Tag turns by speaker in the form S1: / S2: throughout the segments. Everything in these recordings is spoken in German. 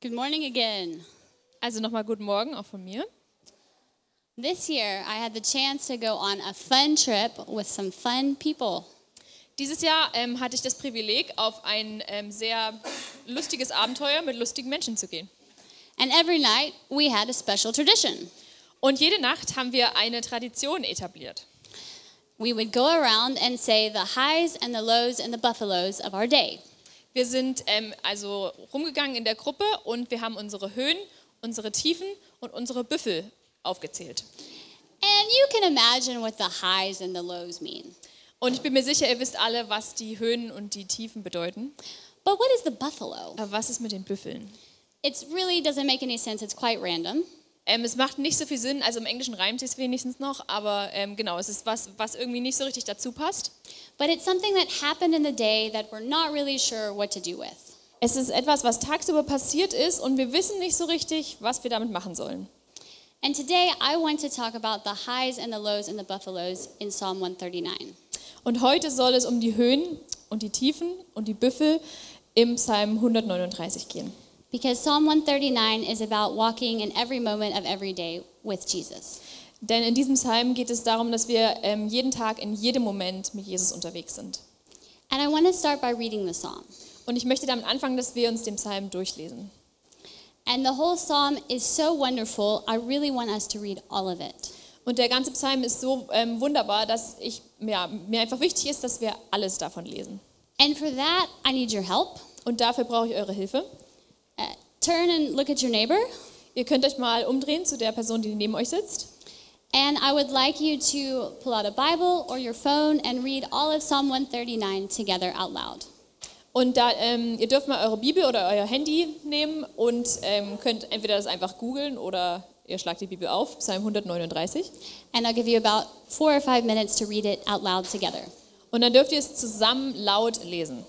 S1: Good morning again.
S2: Also nochmal guten Morgen auch von mir.
S1: This year, I had the chance to go on a fun trip with some fun people.
S2: Dieses Jahr ähm, hatte ich das Privileg, auf ein ähm, sehr lustiges Abenteuer mit lustigen Menschen zu gehen.
S1: And every night, we had a special tradition.
S2: Und jede Nacht haben wir eine Tradition etabliert.
S1: We would go around and say the highs and the lows and the buffaloes of our day.
S2: Wir sind ähm, also rumgegangen in der Gruppe und wir haben unsere Höhen, unsere Tiefen und unsere Büffel aufgezählt.
S1: And you can imagine what the highs and the lows mean.
S2: Und ich bin mir sicher, ihr wisst alle, was die Höhen und die Tiefen bedeuten.
S1: But what is the buffalo?
S2: Aber was ist mit den Büffeln?
S1: It really doesn't make any sense. It's quite random.
S2: Ähm, es macht nicht so viel Sinn, also im Englischen reimt sich es wenigstens noch, aber ähm, genau, es ist was, was irgendwie nicht so richtig dazu passt.
S1: But it's something that happened in the day that we're not really sure what to do with.
S2: Es ist etwas, was tagsüber passiert ist und wir wissen nicht so richtig, was wir damit machen sollen.
S1: And today I want to talk about the highs and the lows and the buffaloes in Psalm 139.
S2: Und heute soll es um die Höhen und die Tiefen und die Büffel im Psalm 139 gehen.
S1: Because Psalm 139 is about walking in every moment of every day with Jesus.
S2: Denn in diesem Psalm geht es darum, dass wir ähm, jeden Tag, in jedem Moment mit Jesus unterwegs sind.
S1: And I want to start by reading the psalm.
S2: Und ich möchte damit anfangen, dass wir uns den Psalm durchlesen.
S1: And the whole psalm is so wonderful, I really want us to read all of it.
S2: Und der ganze Psalm ist so ähm, wunderbar, dass ich, ja, mir einfach wichtig ist, dass wir alles davon lesen.
S1: And for that, I need your help.
S2: Und dafür brauche ich eure Hilfe.
S1: Uh, turn and look at your neighbor.
S2: Ihr könnt euch mal umdrehen zu der Person, die neben euch sitzt.
S1: And I would like you to pull out a Bible or your phone and read all of Psalm 139 together out loud.
S2: Und da, ähm, ihr dürft mal eure Bibel oder euer Handy nehmen und ähm, könnt entweder das einfach googeln oder ihr schlagt die Bibel auf, Psalm 139.
S1: And I'll give you about four or five minutes to read it out loud together.
S2: Und dann dürft ihr es zusammen laut lesen.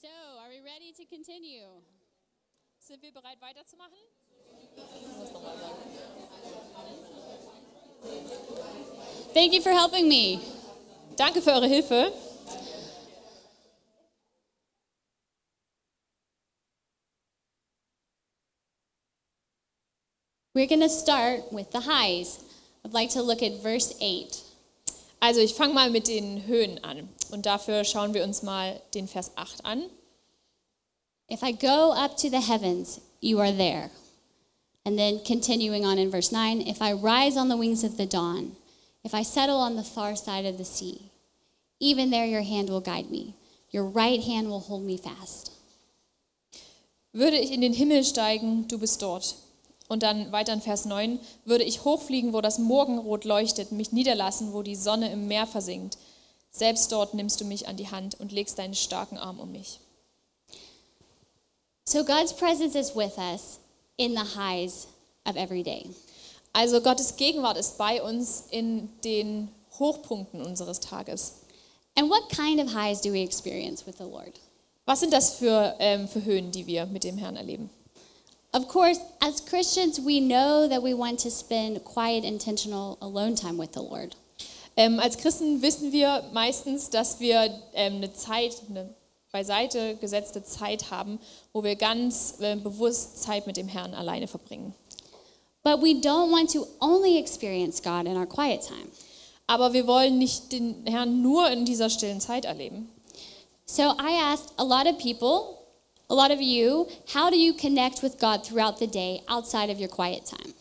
S1: So, are we ready to continue?
S2: Sind wir bereit weiterzumachen?
S1: Thank you for helping me.
S2: Danke für eure Hilfe.
S1: We're going to start with the highs. I'd like to look at verse 8.
S2: Also ich fange mal mit den Höhen an. Und dafür schauen wir uns mal den Vers 8 an.
S1: If I go up to the heavens, you are there. And then continuing on in verse 9, if I rise on the wings of the dawn, if I settle on the far side of the sea, even there your hand will guide me, your right hand will hold me fast.
S2: Würde ich in den Himmel steigen, du bist dort. Und dann weiter in Vers 9, würde ich hochfliegen, wo das Morgenrot leuchtet, mich niederlassen, wo die Sonne im Meer versinkt. Selbst dort nimmst du mich an die Hand und legst deinen starken Arm um mich.
S1: So God's presence is with us in the highs of every day.
S2: Also Gottes Gegenwart ist bei uns in den Hochpunkten unseres Tages.
S1: And what kind of highs do we experience with the Lord?
S2: Was sind das für, ähm, für Höhen, die wir mit dem Herrn erleben?
S1: Of course, as Christians, we know that we want to spend quiet, intentional alone time with the Lord.
S2: Ähm, als Christen wissen wir meistens, dass wir ähm, eine Zeit, eine beiseite gesetzte Zeit haben, wo wir ganz äh, bewusst Zeit mit dem Herrn alleine verbringen.
S1: But we don't want to only experience God in our quiet time.
S2: Aber wir wollen nicht den Herrn nur in dieser stillen Zeit erleben.
S1: So I asked a lot of people, a lot of you, how do you connect with God throughout the day outside of your quiet time?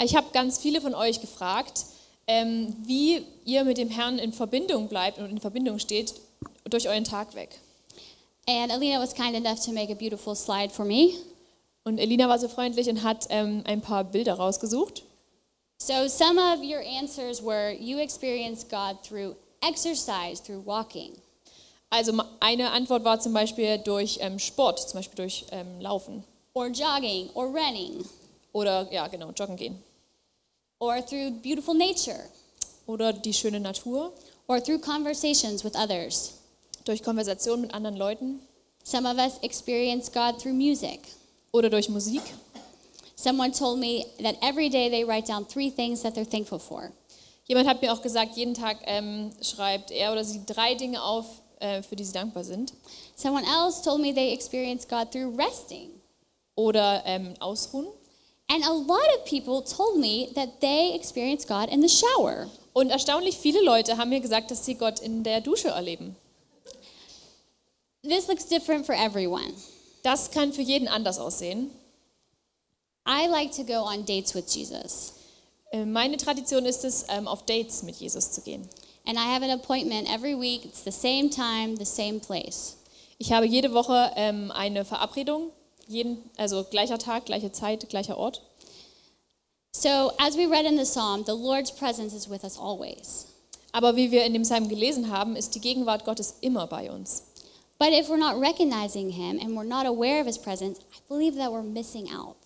S2: Ich habe ganz viele von euch gefragt, ähm, wie ihr mit dem Herrn in Verbindung bleibt und in Verbindung steht durch euren Tag weg.
S1: And Alina was kind enough to make a beautiful slide for me.
S2: Und Elina war so freundlich und hat ähm, ein paar Bilder rausgesucht.
S1: So some of your answers were you experience God through exercise, through walking.
S2: Also ma- eine Antwort war zum Beispiel durch ähm, Sport, zum Beispiel durch ähm, Laufen
S1: or jogging or running
S2: oder ja genau Joggen gehen
S1: or through beautiful nature
S2: oder die schöne Natur,
S1: or through conversations with others.
S2: durch Konversation mit anderen Leuten
S1: Some of us experience God through music
S2: oder durch Musik
S1: Someone told me that every day they write down three things that they're thankful for.
S2: Jemand hat mir auch gesagt, jeden Tag ähm, schreibt er oder sie drei Dinge auf, äh, für die sie dankbar sind.
S1: Someone else told me they experience God through resting.
S2: Oder ähm, ausruhen.
S1: And a lot of people told me that they experience God in the shower.
S2: Und erstaunlich viele Leute haben mir gesagt, dass sie Gott in der Dusche erleben.
S1: This looks different for everyone.
S2: Das kann für jeden anders aussehen.
S1: I like to go on dates with Jesus,
S2: Äh, Meine Tradition ist es, ähm, auf Dates mit Jesus zu gehen.
S1: and I have an appointment every week. It's the same time, the same place.
S2: Ich habe jede Woche ähm, eine Verabredung, jeden, also gleicher Tag, gleiche Zeit, gleicher Ort.
S1: So, as we read in the psalm, the Lord's presence is with us always.
S2: Aber wie wir in dem Psalm gelesen haben, ist die Gegenwart Gottes immer bei uns.
S1: But if we're not recognizing him and we're not aware of his presence, I believe that we're missing out.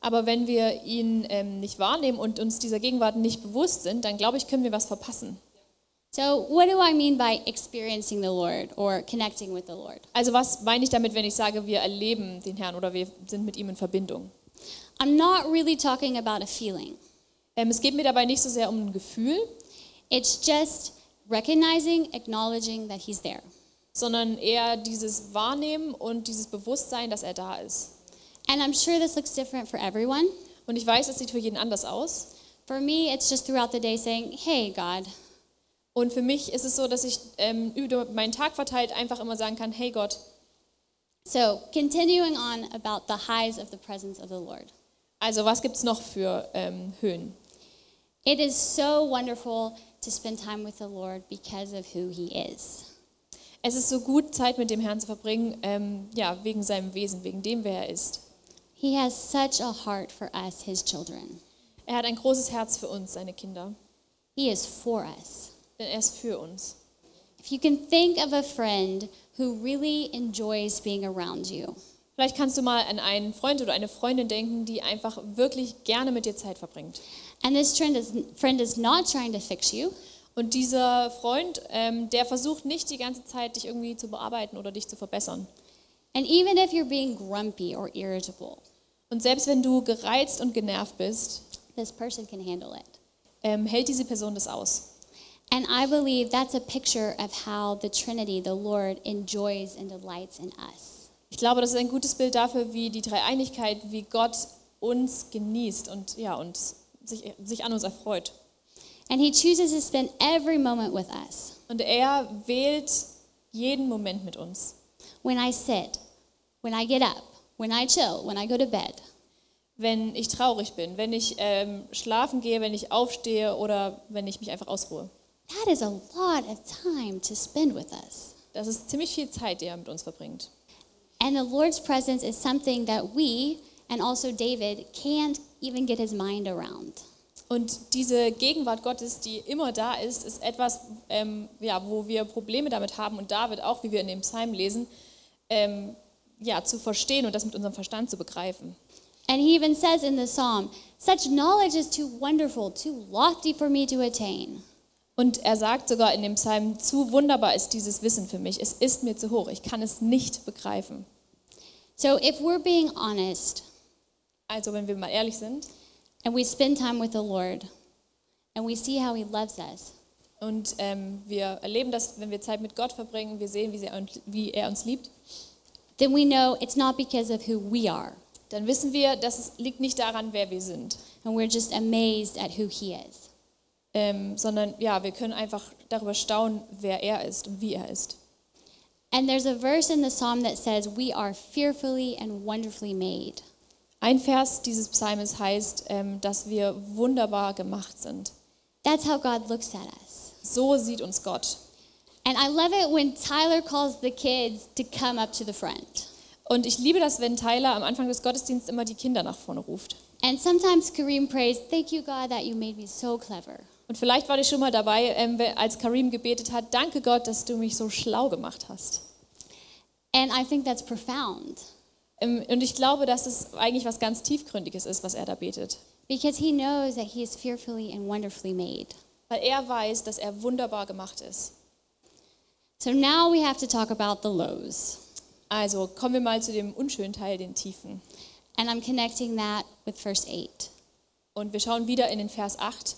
S2: Aber wenn wir ihn ähm, nicht wahrnehmen und uns dieser Gegenwart nicht bewusst sind, dann glaube ich, können wir was verpassen.
S1: So, what do I mean by experiencing the Lord or connecting with the Lord?
S2: Also was meine ich damit, wenn ich sage, wir erleben den Herrn oder wir sind mit ihm in Verbindung?
S1: I'm not really talking about a feeling,
S2: Ähm, es geht mir dabei nicht so sehr um ein Gefühl,
S1: it's just recognizing, acknowledging that he's there.
S2: sondern eher dieses Wahrnehmen und dieses Bewusstsein, dass er da ist.
S1: And I'm sure this looks different for everyone.
S2: Und ich weiß, es sieht für jeden anders aus.
S1: For me, it's just throughout the day saying, Hey, God,
S2: Und für mich ist es so, dass ich ähm, über meinen Tag verteilt einfach immer sagen kann, hey Gott.
S1: So, continuing on about the highs of the presence of the Lord.
S2: Also was gibt es noch für ähm, Höhen?
S1: It is so wonderful to spend time with the Lord because of who he is.
S2: Es ist so gut, Zeit mit dem Herrn zu verbringen, ähm, ja, wegen seinem Wesen, wegen dem, wer er ist.
S1: He has such a heart for us, his children.
S2: Er hat ein großes Herz für uns, seine Kinder,
S1: He is for us.
S2: denn er ist für uns.
S1: If you can think of a friend who really enjoys being around you,
S2: Vielleicht kannst du mal an einen Freund oder eine Freundin denken, die einfach wirklich gerne mit dir Zeit verbringt.
S1: and this friend is, friend is not trying to fix you,
S2: Und dieser Freund, ähm, der versucht nicht die ganze Zeit, dich irgendwie zu bearbeiten oder dich zu verbessern.
S1: and even if you're being grumpy or irritable,
S2: Und selbst wenn du gereizt und genervt bist,
S1: this person can handle it.
S2: ähm, hält diese Person das aus.
S1: And I believe that's a picture of how the Trinity, the Lord, enjoys and delights in us.
S2: Ich glaube, das ist ein gutes Bild dafür, wie die Dreieinigkeit, wie Gott uns genießt und ja und sich, sich an uns erfreut.
S1: And he chooses to spend every moment with us.
S2: Und er wählt jeden Moment mit uns.
S1: When I sit, when I get up, when I chill, when I go to bed.
S2: Wenn ich traurig bin, wenn ich ähm, schlafen gehe, wenn ich aufstehe oder wenn ich mich einfach ausruhe.
S1: That is a lot of time to spend with us.
S2: Das ist ziemlich viel Zeit, die er mit uns verbringt.
S1: And the Lord's presence is something that we and also David can't even get his mind around.
S2: Und diese Gegenwart Gottes, die immer da ist, ist etwas, ähm, ja, wo wir Probleme damit haben und David auch, wie wir in dem Psalm lesen, ähm, ja, zu verstehen und das mit unserem Verstand zu begreifen.
S1: And he even says in the psalm, such knowledge is too wonderful, too lofty for me to attain.
S2: Und er sagt sogar in dem Psalm, zu wunderbar ist dieses Wissen für mich, es ist mir zu hoch, ich kann es nicht begreifen.
S1: So if we're being honest
S2: Also wenn wir mal ehrlich sind
S1: and we spend time with the Lord and we see how he loves us,
S2: und ähm, wir erleben das, wenn wir Zeit mit Gott verbringen, wir sehen, wie, sehr, wie er uns liebt,
S1: then we know it's not because of who we are.
S2: dann wissen wir, dass es liegt nicht daran, wer wir sind.
S1: And we're just amazed at who he is.
S2: ähm, sondern ja, wir können einfach darüber staunen, wer er ist und wie er ist.
S1: And there's a verse in the psalm that says, We are fearfully and wonderfully made.
S2: Ein Vers dieses Psalmes heißt, ähm, dass wir wunderbar gemacht sind.
S1: That's how God looks at us.
S2: So sieht uns Gott.
S1: And I love it when Tyler calls the kids to come up to the front.
S2: Und ich liebe das, wenn Tyler am Anfang des Gottesdienstes immer die Kinder nach vorne ruft.
S1: And sometimes Kareem prays, Thank you, God, that you made me so clever.
S2: Und vielleicht war ich schon mal dabei, ähm, wer- als Karim gebetet hat, danke Gott, dass du mich so schlau gemacht hast.
S1: And I think that's profound
S2: Ähm, und ich glaube, dass es eigentlich was ganz Tiefgründiges ist, was er da betet.
S1: because he knows that he is fearfully and wonderfully made.
S2: Weil er weiß, dass er wunderbar gemacht ist.
S1: So now we have to talk about the lows.
S2: Also kommen wir mal zu dem unschönen Teil, den Tiefen.
S1: And I'm connecting that with verse 8.
S2: Und wir schauen wieder in den Vers 8.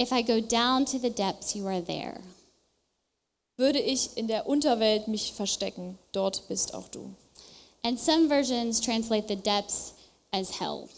S1: If I go down to the depths, you are there.
S2: Würde ich in der Unterwelt mich verstecken, dort bist auch du.
S1: And some versions translate the depths as hell.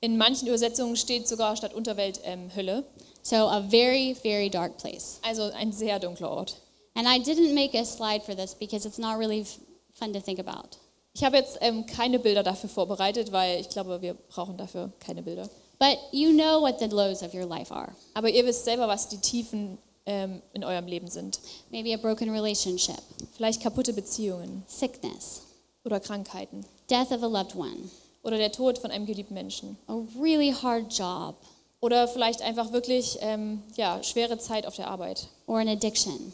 S2: In manchen Übersetzungen steht sogar statt Unterwelt ähm, Hölle,
S1: So, a very, very dark place.
S2: also ein sehr dunkler Ort.
S1: And I didn't make a slide for this because it's not really f- fun to think about.
S2: Ich habe jetzt ähm, keine Bilder dafür vorbereitet, weil ich glaube, wir brauchen dafür keine Bilder.
S1: But you know what the lows of your life are
S2: Aber ihr wisst selber, was die Tiefen ähm, in eurem Leben sind.
S1: maybe a broken relationship,
S2: Vielleicht kaputte Beziehungen
S1: sickness,
S2: oder Krankheiten
S1: death of a loved one,
S2: oder der Tod von einem geliebten Menschen
S1: a really hard job,
S2: oder vielleicht einfach wirklich ähm, ja, schwere Zeit auf der Arbeit
S1: or an addiction.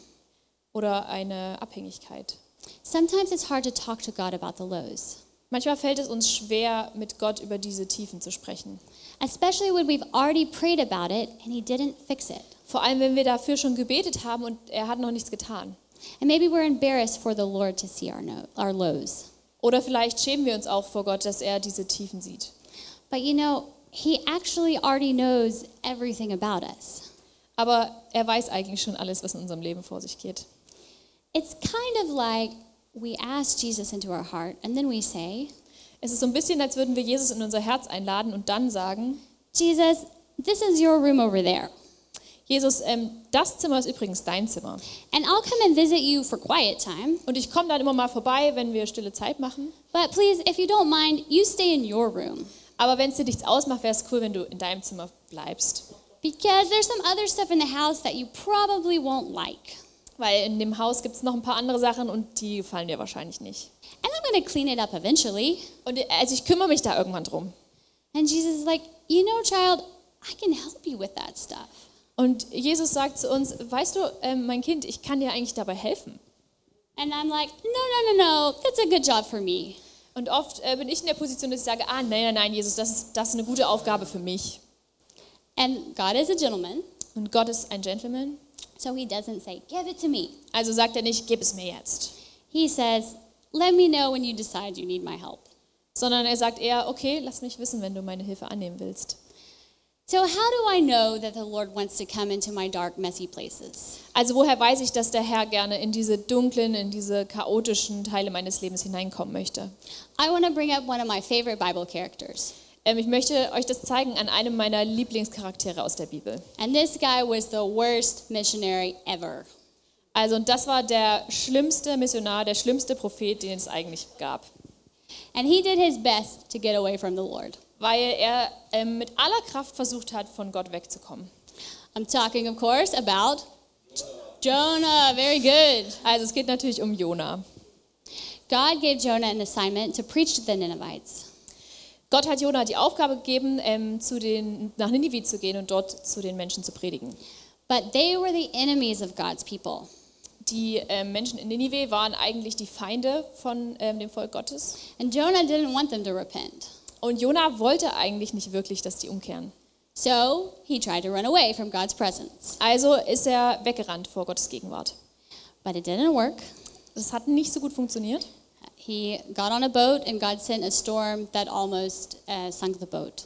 S2: oder eine Abhängigkeit.
S1: Sometimes it's hard to talk to God about the lows,
S2: Manchmal fällt es uns schwer, mit Gott über diese Tiefen zu sprechen.
S1: especially when we've already prayed about it and He didn't fix it.
S2: Vor allem, wenn wir dafür schon gebetet haben und er hat noch nichts getan.
S1: And maybe we're embarrassed for the Lord to see our, no- our lows.
S2: Oder vielleicht schämen wir uns auch vor Gott, dass er diese Tiefen sieht.
S1: But you know, He actually already knows everything about us.
S2: Aber er weiß eigentlich schon alles, was in unserem Leben vor sich geht.
S1: It's kind of like we ask Jesus into our heart and then we say,
S2: Es ist so ein bisschen, als würden wir Jesus in unser Herz einladen und dann sagen,
S1: Jesus, this is your room over there.
S2: Jesus, ähm, das Zimmer ist übrigens dein Zimmer.
S1: And I'll come and visit you for quiet time.
S2: Und ich komme dann immer mal vorbei, wenn wir stille Zeit machen.
S1: But please, if you don't mind, you stay in your room
S2: Aber wenn es dir nichts ausmacht, wäre es cool, wenn du in deinem Zimmer bleibst.
S1: because there's some other stuff in the house that you probably won't like.
S2: Weil in dem Haus gibt es noch ein paar andere Sachen und die gefallen dir wahrscheinlich nicht.
S1: And I'm going to clean it up eventually.
S2: Und also ich kümmere mich da irgendwann drum.
S1: And Jesus is like, You know, child, I can help you with that stuff.
S2: Und Jesus sagt zu uns, weißt du, ähm, mein Kind, ich kann dir eigentlich dabei helfen.
S1: And I'm like, No, no, no, no, that's a good job for me.
S2: Und oft äh, bin ich in der Position, dass ich sage, ah, nein, nein, nein, Jesus, das ist, das ist eine gute Aufgabe für mich.
S1: And God is a gentleman,
S2: Und Gott ist ein Gentleman.
S1: so he doesn't say, Give it to me.
S2: Also sagt er nicht, gib es mir jetzt.
S1: He says, Let me know when you decide you need my help.
S2: Sondern er sagt eher, okay, lass mich wissen, wenn du meine Hilfe annehmen willst.
S1: So, how do I know that the Lord wants to come into my dark, messy places?
S2: Also woher weiß ich, dass der Herr gerne in diese dunklen, in diese chaotischen Teile meines Lebens hineinkommen möchte?
S1: I want to bring up one of my favorite Bible characters.
S2: Ähm, ich möchte euch das zeigen an einem meiner Lieblingscharaktere aus der Bibel.
S1: And this guy was the worst missionary ever.
S2: Also und das war der schlimmste Missionar, der schlimmste Prophet, den es eigentlich gab.
S1: And he did his best to get away from the Lord.
S2: Weil er ähm, mit aller Kraft versucht hat, von Gott wegzukommen.
S1: I'm talking, of course, about Jonah. Very good.
S2: Also es geht natürlich um Jona.
S1: God gave Jonah an assignment to preach to the Ninevites.
S2: Gott hat Jona die Aufgabe gegeben, ähm, zu den, nach Ninive zu gehen und dort zu den Menschen zu predigen.
S1: But they were the enemies of God's people.
S2: Die ähm, Menschen in Ninive waren eigentlich die Feinde von ähm, dem Volk Gottes.
S1: And Jonah didn't want them to repent.
S2: Und Jona wollte eigentlich nicht wirklich, dass die umkehren.
S1: So he tried to run away from God's presence.
S2: Also ist er weggerannt vor Gottes Gegenwart.
S1: But it didn't work.
S2: Das hat nicht so gut funktioniert.
S1: He got on a boat, and God sent a storm that almost uh, sunk the boat.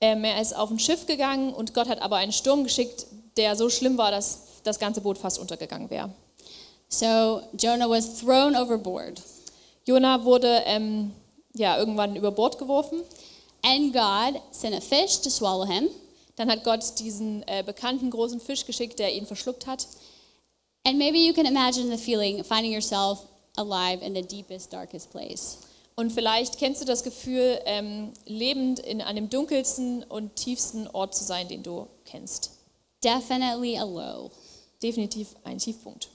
S2: Ähm, er ist auf ein Schiff gegangen und Gott hat aber einen Sturm geschickt, der so schlimm war, dass das ganze Boot fast untergegangen wäre.
S1: So Jonah was thrown overboard,
S2: Jona wurde ähm, ja, irgendwann über Bord geworfen.
S1: and God sent a fish to swallow him.
S2: Dann hat Gott diesen äh, bekannten großen Fisch geschickt, der ihn verschluckt hat.
S1: And maybe you can imagine the feeling finding yourself alive in the deepest, darkest place.
S2: Und vielleicht kennst du das Gefühl, ähm, lebend in einem dunkelsten und tiefsten Ort zu sein, den du kennst.
S1: Definitely a low.
S2: Definitiv ein Tiefpunkt.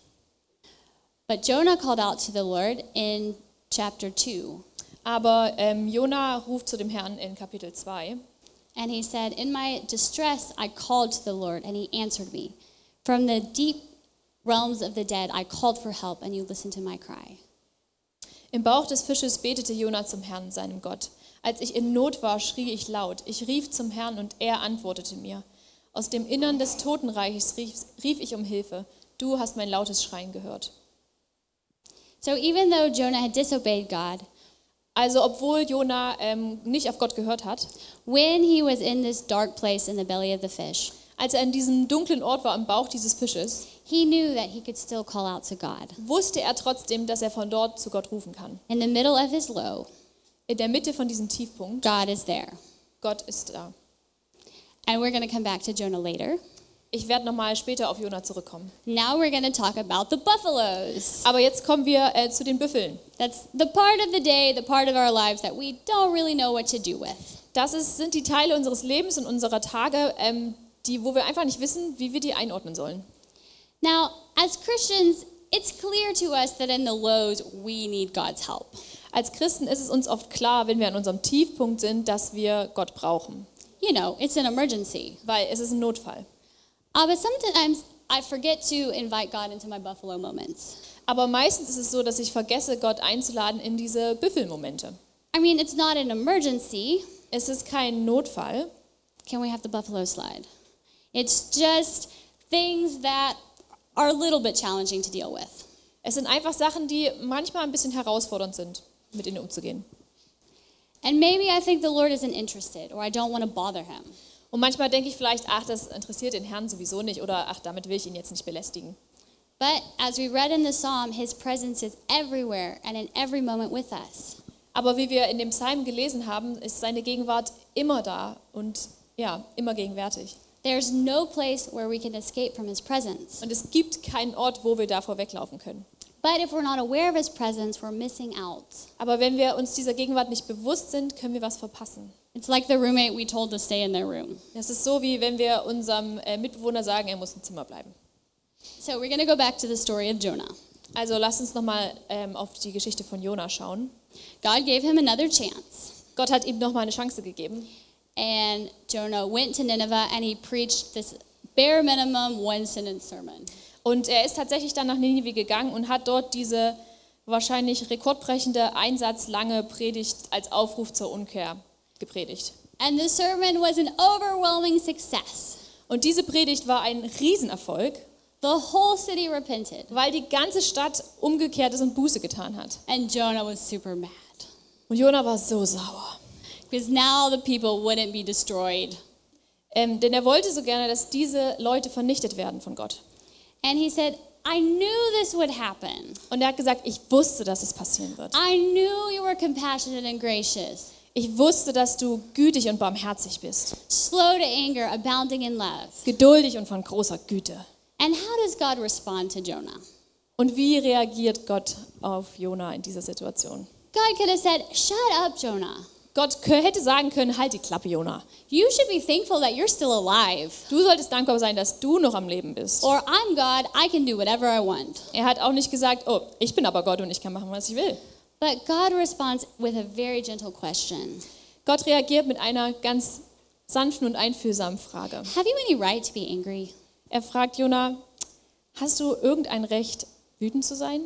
S1: But Jonah called out to the Lord in chapter 2,
S2: Aber ähm, Jona ruft zu dem Herrn in Kapitel 2.
S1: and he said, In my distress, I called to the Lord, and he answered me. From the deep realms of the dead, I called for help, and you listened to my cry.
S2: Im Bauch des Fisches betete Jona zum Herrn, seinem Gott. Als ich in Not war, schrie ich laut. Ich rief zum Herrn und er antwortete mir. Aus dem Innern des Totenreiches rief, rief ich um Hilfe. Du hast mein lautes Schreien gehört.
S1: So even though Jonah had disobeyed God,
S2: Also obwohl Jona ähm, nicht auf Gott gehört hat,
S1: When he was in this dark place in the belly of the fish,
S2: als er in diesem dunklen Ort war im Bauch dieses Fisches,
S1: he knew that he could still call out to God.
S2: wusste er trotzdem, dass er von dort zu Gott rufen kann.
S1: In the middle of his low,
S2: In der Mitte von diesem Tiefpunkt,
S1: God is there.
S2: Gott ist da.
S1: And we're going to come back to Jonah later.
S2: Ich werde nochmal später auf Jona zurückkommen.
S1: Now we're going to talk about the buffaloes.
S2: Aber jetzt kommen wir äh, zu den Büffeln.
S1: That's the part of the day, the part of our lives that we don't really know what to do with.
S2: Das ist, sind die Teile unseres Lebens und unserer Tage, ähm, die, wo wir einfach nicht wissen, wie wir die einordnen sollen.
S1: Now, as Christians, it's clear to us that in the lows, we need God's help.
S2: Als Christen ist es uns oft klar, wenn wir an unserem Tiefpunkt sind, dass wir Gott brauchen,
S1: You know, it's an emergency.
S2: weil es ist ein Notfall.
S1: Uh, but sometimes I forget to invite God into my buffalo moments.
S2: Aber meistens ist es so, dass ich vergesse, Gott einzuladen in diese Büffelmomente.
S1: I mean, it's not an emergency.
S2: Es ist kein Notfall.
S1: Can we have the buffalo slide? It's just things that are a little bit challenging to deal with.
S2: Es sind einfach Sachen, die manchmal ein bisschen herausfordernd sind, mit ihnen umzugehen.
S1: And maybe I think the Lord isn't interested or I don't want to bother him.
S2: Und manchmal denke ich vielleicht, ach, das interessiert den Herrn sowieso nicht oder ach, damit will ich ihn jetzt nicht belästigen.
S1: But as we read in the psalm, his presence is everywhere and in every moment with us.
S2: Aber wie wir in dem Psalm gelesen haben, ist seine Gegenwart immer da und ja, immer gegenwärtig.
S1: There's no place where we can escape from his presence.
S2: Und es gibt keinen Ort, wo wir davor weglaufen können.
S1: But if we're not aware of his presence, we're missing out.
S2: Aber wenn wir uns dieser Gegenwart nicht bewusst sind, können wir was verpassen.
S1: It's like the roommate we told to stay in their room.
S2: Das ist so, wie wenn wir unserem äh, Mitbewohner sagen, er muss im Zimmer bleiben.
S1: So we're going to go back to the story of Jonah.
S2: Also lasst uns nochmal ähm, auf die Geschichte von Jona schauen.
S1: God gave him another chance.
S2: Gott hat ihm nochmal eine Chance gegeben.
S1: And Jonah went to Nineveh and he preached this bare minimum one sentence sermon.
S2: Und er ist tatsächlich dann nach Ninive gegangen und hat dort diese wahrscheinlich rekordbrechende, einsatzlange Predigt als Aufruf zur Umkehr gepredigt.
S1: And the sermon was an overwhelming success.
S2: Und diese Predigt war ein Riesenerfolg,
S1: The whole city repented.
S2: weil die ganze Stadt umgekehrt ist und Buße getan hat.
S1: And Jonah was super mad
S2: Und Jona war so sauer.
S1: because now the people wouldn't be destroyed.
S2: Ähm, denn er wollte so gerne, dass diese Leute vernichtet werden von Gott.
S1: And he said, I knew this would happen.
S2: Und er hat gesagt, ich wusste, dass es passieren wird.
S1: I knew you were compassionate and gracious,
S2: Ich wusste, dass du gütig und barmherzig bist,
S1: slow to anger, abounding in love.
S2: geduldig und von großer Güte.
S1: And how does God respond to Jonah?
S2: Und wie reagiert Gott auf Jona in dieser Situation?
S1: God could have said, Shut up, Jonah.
S2: Gott k- hätte sagen können, halt die Klappe, Jona.
S1: You should be thankful that you're still alive.
S2: Du solltest dankbar sein, dass du noch am Leben bist.
S1: Or I'm God, I can do whatever I want.
S2: Er hat auch nicht gesagt, oh, ich bin aber Gott und ich kann machen, was ich will.
S1: But God responds with a very gentle question
S2: Gott reagiert mit einer ganz sanften und einfühlsamen Frage.
S1: Have you any right to be angry?
S2: Er fragt Jona, hast du irgendein Recht, wütend zu sein?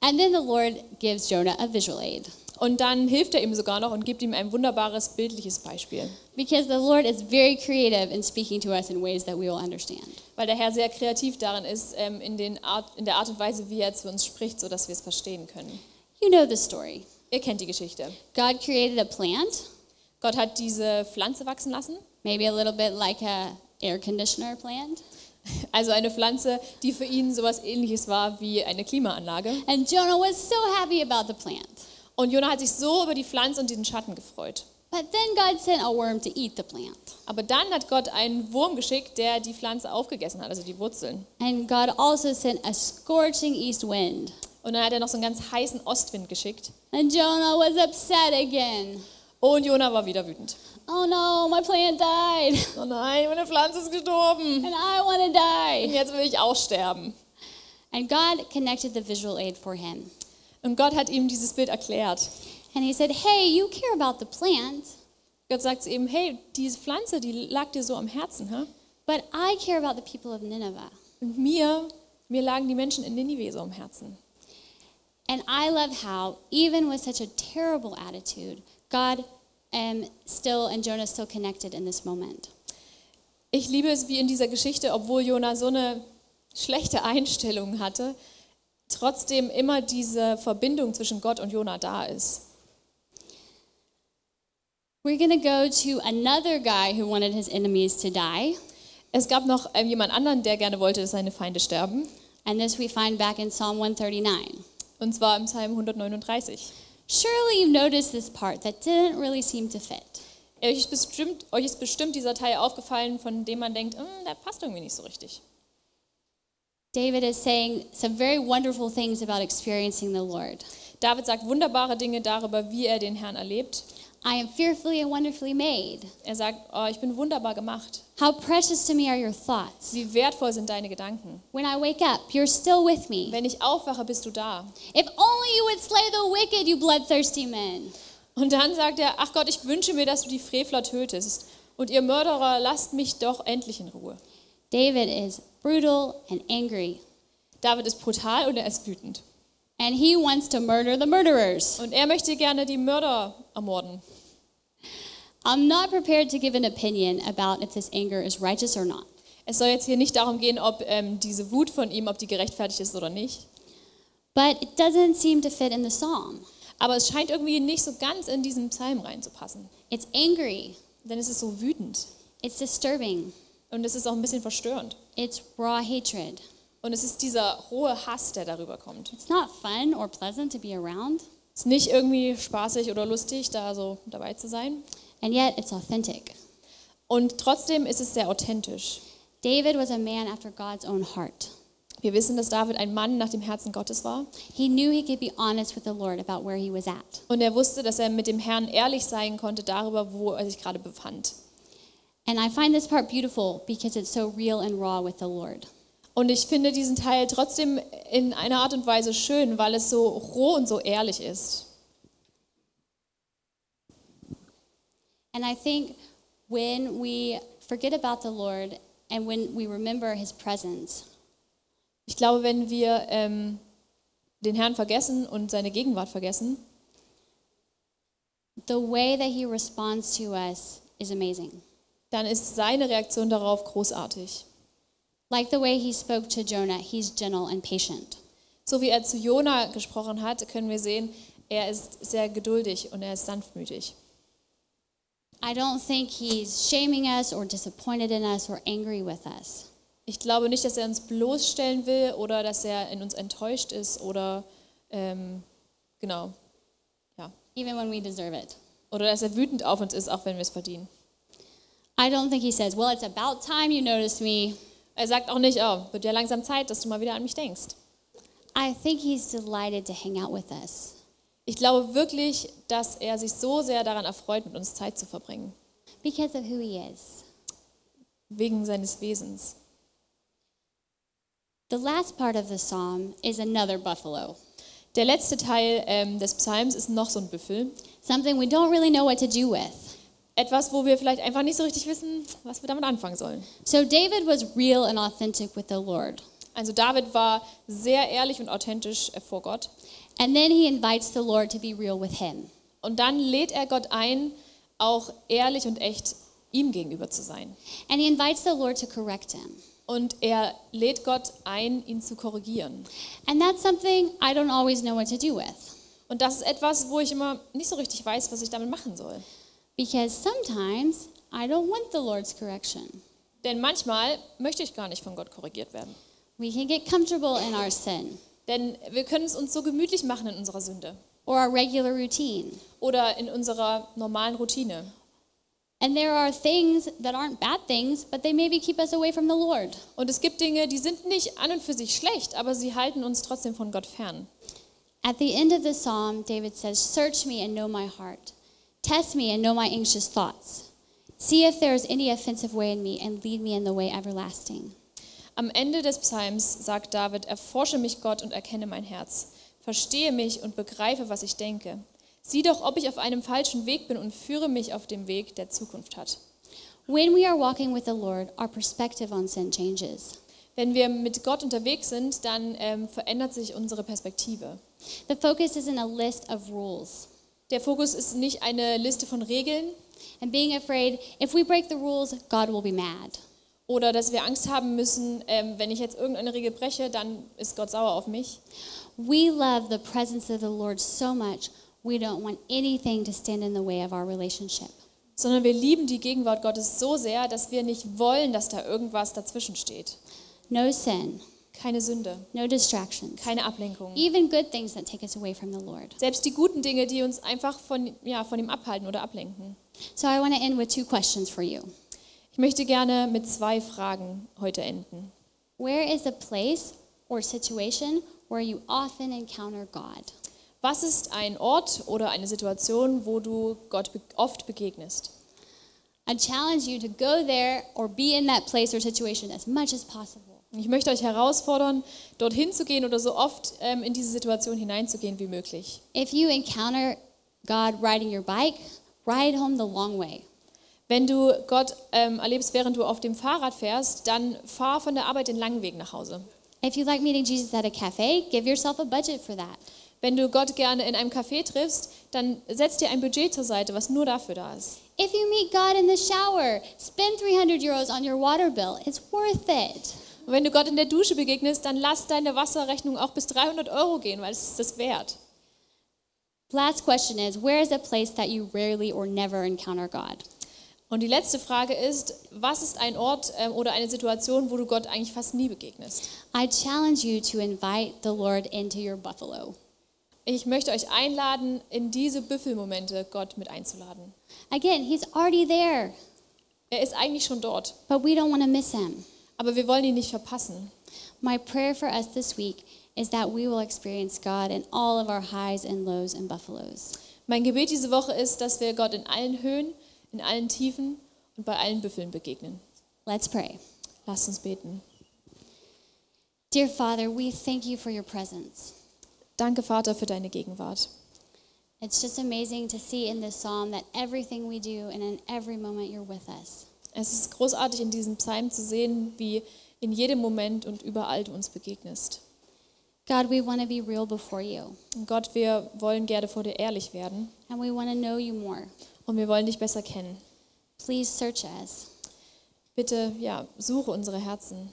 S1: And then the Lord gives Jonah a visual aid.
S2: Und dann hilft er ihm sogar noch und gibt ihm ein wunderbares bildliches Beispiel.
S1: Because the Lord is very creative in speaking to us in ways that we will understand.
S2: Weil der Herr sehr kreativ darin ist, ähm, in, den Art, in der Art und Weise, wie er zu uns spricht, sodass wir es verstehen können.
S1: You know the story.
S2: Ihr kennt die Geschichte.
S1: God created a plant,
S2: Gott hat diese Pflanze wachsen lassen,
S1: maybe a little bit like a air conditioner plant.
S2: also eine Pflanze, die für ihn sowas ähnliches war wie eine Klimaanlage.
S1: And Jonah was so happy about the plant.
S2: Und Jonah hat sich so über die Pflanze und diesen Schatten gefreut.
S1: But then God sent a worm to eat the plant.
S2: Aber dann hat Gott einen Wurm geschickt, der die Pflanze aufgegessen hat, also die Wurzeln.
S1: And God also sent a scorching east wind.
S2: Und dann hat er noch so einen ganz heißen Ostwind geschickt.
S1: And Jonah was upset again.
S2: Und Jonah war wieder wütend.
S1: Oh no, my plant died.
S2: Oh nein, meine Pflanze ist gestorben.
S1: And I want to die.
S2: Und jetzt will ich auch sterben.
S1: And God connected the visual aid for him.
S2: Und Gott hat ihm dieses Bild erklärt.
S1: And he said, Hey, you care about the plant,
S2: Gott sagt zu ihm, hey, diese Pflanze, die lag dir so am Herzen. Hä?
S1: but I care about the people of Nineveh.
S2: Und mir, mir lagen die Menschen in Ninive so am Herzen.
S1: And I love how, even with such a terrible attitude, God um, still and Jonah still connected in this moment.
S2: Ich liebe es, wie in dieser Geschichte, obwohl Jona so eine schlechte Einstellung hatte, trotzdem immer diese Verbindung zwischen Gott und Jona da ist.
S1: We're going to go to another guy who wanted his enemies to die.
S2: Es gab noch ähm, jemand anderen, der gerne wollte, dass seine Feinde sterben.
S1: And this we find back in Psalm 139.
S2: Und zwar im Psalm 139.
S1: Surely you've noticed this part that didn't really seem to fit.
S2: Euch ist bestimmt, euch ist bestimmt dieser Teil aufgefallen, von dem man denkt, "Hm, der passt irgendwie nicht so richtig.
S1: David is saying some very wonderful things about experiencing the Lord.
S2: David sagt wunderbare Dinge darüber, wie er den Herrn erlebt.
S1: I am fearfully and wonderfully made.
S2: Er sagt, oh, ich bin wunderbar gemacht.
S1: How precious to me are your thoughts.
S2: Wie wertvoll sind deine Gedanken.
S1: When I wake up, you're still with me.
S2: Wenn ich aufwache, bist du da.
S1: If only you would slay the wicked, you bloodthirsty men.
S2: Und dann sagt er, ach Gott, ich wünsche mir, dass du die Frevler tötest. Und ihr Mörderer, lasst mich doch endlich in Ruhe.
S1: David is brutal and angry,
S2: David ist brutal und er ist wütend.
S1: and he wants to murder the murderers.
S2: Und er möchte gerne die Mörder ermorden.
S1: I'm not prepared to give an opinion about if this anger is righteous or not,
S2: Es soll jetzt hier nicht darum gehen, ob ähm, diese Wut von ihm, ob die gerechtfertigt ist oder nicht.
S1: but it doesn't seem to fit in the psalm.
S2: Aber es scheint irgendwie nicht so ganz in diesen Psalm reinzupassen.
S1: It's angry,
S2: Denn es ist so wütend.
S1: it's disturbing,
S2: Und es ist auch ein bisschen verstörend.
S1: it's raw hatred.
S2: Und es ist dieser rohe Hass, der darüber kommt.
S1: It's not fun or pleasant to be around,
S2: Es ist nicht irgendwie spaßig oder lustig, da so dabei zu sein.
S1: and yet it's authentic.
S2: Und trotzdem ist es sehr authentisch.
S1: David was a man after God's own heart.
S2: Wir wissen, dass David ein Mann nach dem Herzen Gottes war.
S1: He knew he could be honest with the Lord about where he was at.
S2: Und er wusste, dass er mit dem Herrn ehrlich sein konnte darüber, wo er sich gerade befand.
S1: And I find this part beautiful because it's so real and raw with the Lord.
S2: Und ich finde diesen Teil trotzdem in einer Art und Weise schön, weil es so roh und so ehrlich ist.
S1: And I think when we forget about the Lord and when we remember his presence,
S2: Ich glaube, wenn wir ähm, den Herrn vergessen und seine Gegenwart vergessen,
S1: the way that he responds to us is amazing.
S2: dann ist seine Reaktion darauf großartig.
S1: Like the way he spoke to Jonah, he's gentle and patient.
S2: So wie er zu Jona gesprochen hat, können wir sehen, er ist sehr geduldig und er ist sanftmütig.
S1: I don't think he's shaming us or disappointed in us or angry with us.
S2: Ich glaube nicht, dass er uns bloßstellen will oder dass er in uns enttäuscht ist oder ähm, genau, ja,
S1: even when we deserve it.
S2: oder dass er wütend auf uns ist, auch wenn wir es verdienen.
S1: I don't think he says, Well, it's about time you notice me.
S2: Er sagt auch nicht, oh, wird ja langsam Zeit, dass du mal wieder an mich denkst.
S1: I think he's delighted to hang out with us
S2: Ich glaube wirklich, dass er sich so sehr daran erfreut, mit uns Zeit zu verbringen,
S1: because of who he is.
S2: wegen seines Wesens.
S1: The last part of the psalm is another buffalo,
S2: Der letzte Teil ähm, des Psalms ist noch so ein Büffel.
S1: something we don't really know what to do with.
S2: Etwas, wo wir vielleicht einfach nicht so richtig wissen, was wir damit anfangen sollen.
S1: So David was real and authentic with the Lord.
S2: Also David war sehr ehrlich und authentisch äh, vor Gott.
S1: And then he invites the Lord to be real with him.
S2: Und dann lädt er Gott ein, auch ehrlich und echt ihm gegenüber zu sein.
S1: And he invites the Lord to correct him.
S2: Und er lädt Gott ein, ihn zu korrigieren.
S1: And that's something I don't always know what to do with
S2: Und das ist etwas, wo ich immer nicht so richtig weiß, was ich damit machen soll.
S1: because sometimes I don't want the Lord's correction.
S2: Denn manchmal möchte ich gar nicht von Gott korrigiert werden.
S1: We can get comfortable in our sin
S2: Denn wir können es uns so gemütlich machen in unserer Sünde
S1: or our regular routine.
S2: oder in unserer normalen Routine.
S1: And there are things that aren't bad things, but they maybe keep us away from the Lord.
S2: Und es gibt Dinge, die sind nicht an und für sich schlecht, aber sie halten uns trotzdem von Gott fern.
S1: At the end of the psalm, David says, Search me and know my heart. Test me and know my anxious thoughts. See if there is any offensive way in me and lead me in the way everlasting.
S2: Am Ende des Psalms sagt David, erforsche mich Gott und erkenne mein Herz, verstehe mich und begreife, was ich denke. Sieh doch, ob ich auf einem falschen Weg bin und führe mich auf dem Weg, der Zukunft hat.
S1: When we are walking with the Lord, our perspective on sin changes.
S2: Wenn wir mit Gott unterwegs sind, dann ähm, verändert sich unsere Perspektive.
S1: The focus isn't a list of rules
S2: Der Fokus ist nicht eine Liste von Regeln
S1: and being afraid if we break the rules, God will be mad.
S2: oder dass wir Angst haben müssen, ähm, wenn ich jetzt irgendeine Regel breche, dann ist Gott sauer auf mich.
S1: We love the presence of the Lord so much, we don't want anything to stand in the way of our relationship.
S2: sondern wir lieben die Gegenwart Gottes so sehr, dass wir nicht wollen, dass da irgendwas dazwischen steht.
S1: No sin,
S2: Keine Sünde,
S1: no distractions,
S2: keine Ablenkung.
S1: even good things that take us away from the Lord.
S2: Selbst die guten Dinge, die uns einfach von, ja, von ihm abhalten oder ablenken.
S1: So I want to end with two questions for you.
S2: Ich möchte gerne mit zwei Fragen heute enden.
S1: Where is a place or situation where you often encounter God?
S2: Was ist ein Ort oder eine Situation, wo du Gott be- oft begegnest?
S1: I challenge you to go there or be in that place or situation as much as possible.
S2: Ich möchte euch herausfordern, dorthin zu gehen oder so oft ähm, in diese Situation hineinzugehen wie möglich.
S1: If you encounter God riding your bike, ride home the long way.
S2: Wenn du Gott ähm, erlebst, während du auf dem Fahrrad fährst, dann fahr von der Arbeit den langen Weg nach Hause.
S1: If you like meeting Jesus at a cafe, give yourself a budget for that.
S2: Wenn du Gott gerne in einem Café triffst, dann setz dir ein Budget zur Seite, was nur dafür da ist.
S1: If you meet God in the shower, spend 300 euros on your water bill. It's worth it.
S2: Und wenn du Gott in der Dusche begegnest, dann lass deine Wasserrechnung auch bis 300 Euro gehen, weil es ist das wert.
S1: Last question is Where is a place that you rarely or never encounter God?
S2: Und die letzte Frage ist, was ist ein Ort ähm, oder eine Situation, wo du Gott eigentlich fast nie begegnest?
S1: I challenge you to invite the Lord into your buffalo.
S2: Ich möchte euch einladen, in diese Büffelmomente Gott mit einzuladen.
S1: Again, He's already there,
S2: Er ist eigentlich schon dort,
S1: but we don't want to miss Him.
S2: aber wir wollen ihn nicht verpassen.
S1: My prayer for us this week is that we will experience God in all of our highs and lows and buffaloes.
S2: Mein Gebet diese Woche ist, dass wir Gott in allen Höhen, in allen Tiefen und bei allen Büffeln begegnen.
S1: Let's pray.
S2: Lasst uns beten.
S1: Dear Father, we thank you for your presence.
S2: Danke, Vater, für deine Gegenwart.
S1: It's just amazing to see in this psalm that everything we do and in every moment you're with us.
S2: Es ist großartig, in diesem Psalm zu sehen, wie in jedem Moment und überall du uns begegnest.
S1: God, we want to be real before you
S2: Und Gott, wir wollen gerne vor dir ehrlich werden
S1: and we want to know you more.
S2: und wir wollen dich besser kennen.
S1: Please search us.
S2: Bitte, ja, suche unsere Herzen.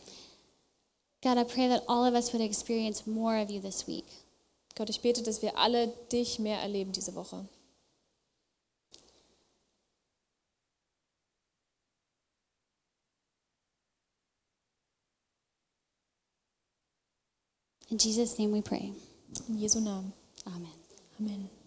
S1: God, I pray that all of us would experience more of you this week.
S2: Gott, ich bete, dass wir alle dich mehr erleben diese Woche.
S1: In Jesus' name we pray.
S2: In Jesu Namen.
S1: Amen.
S2: Amen.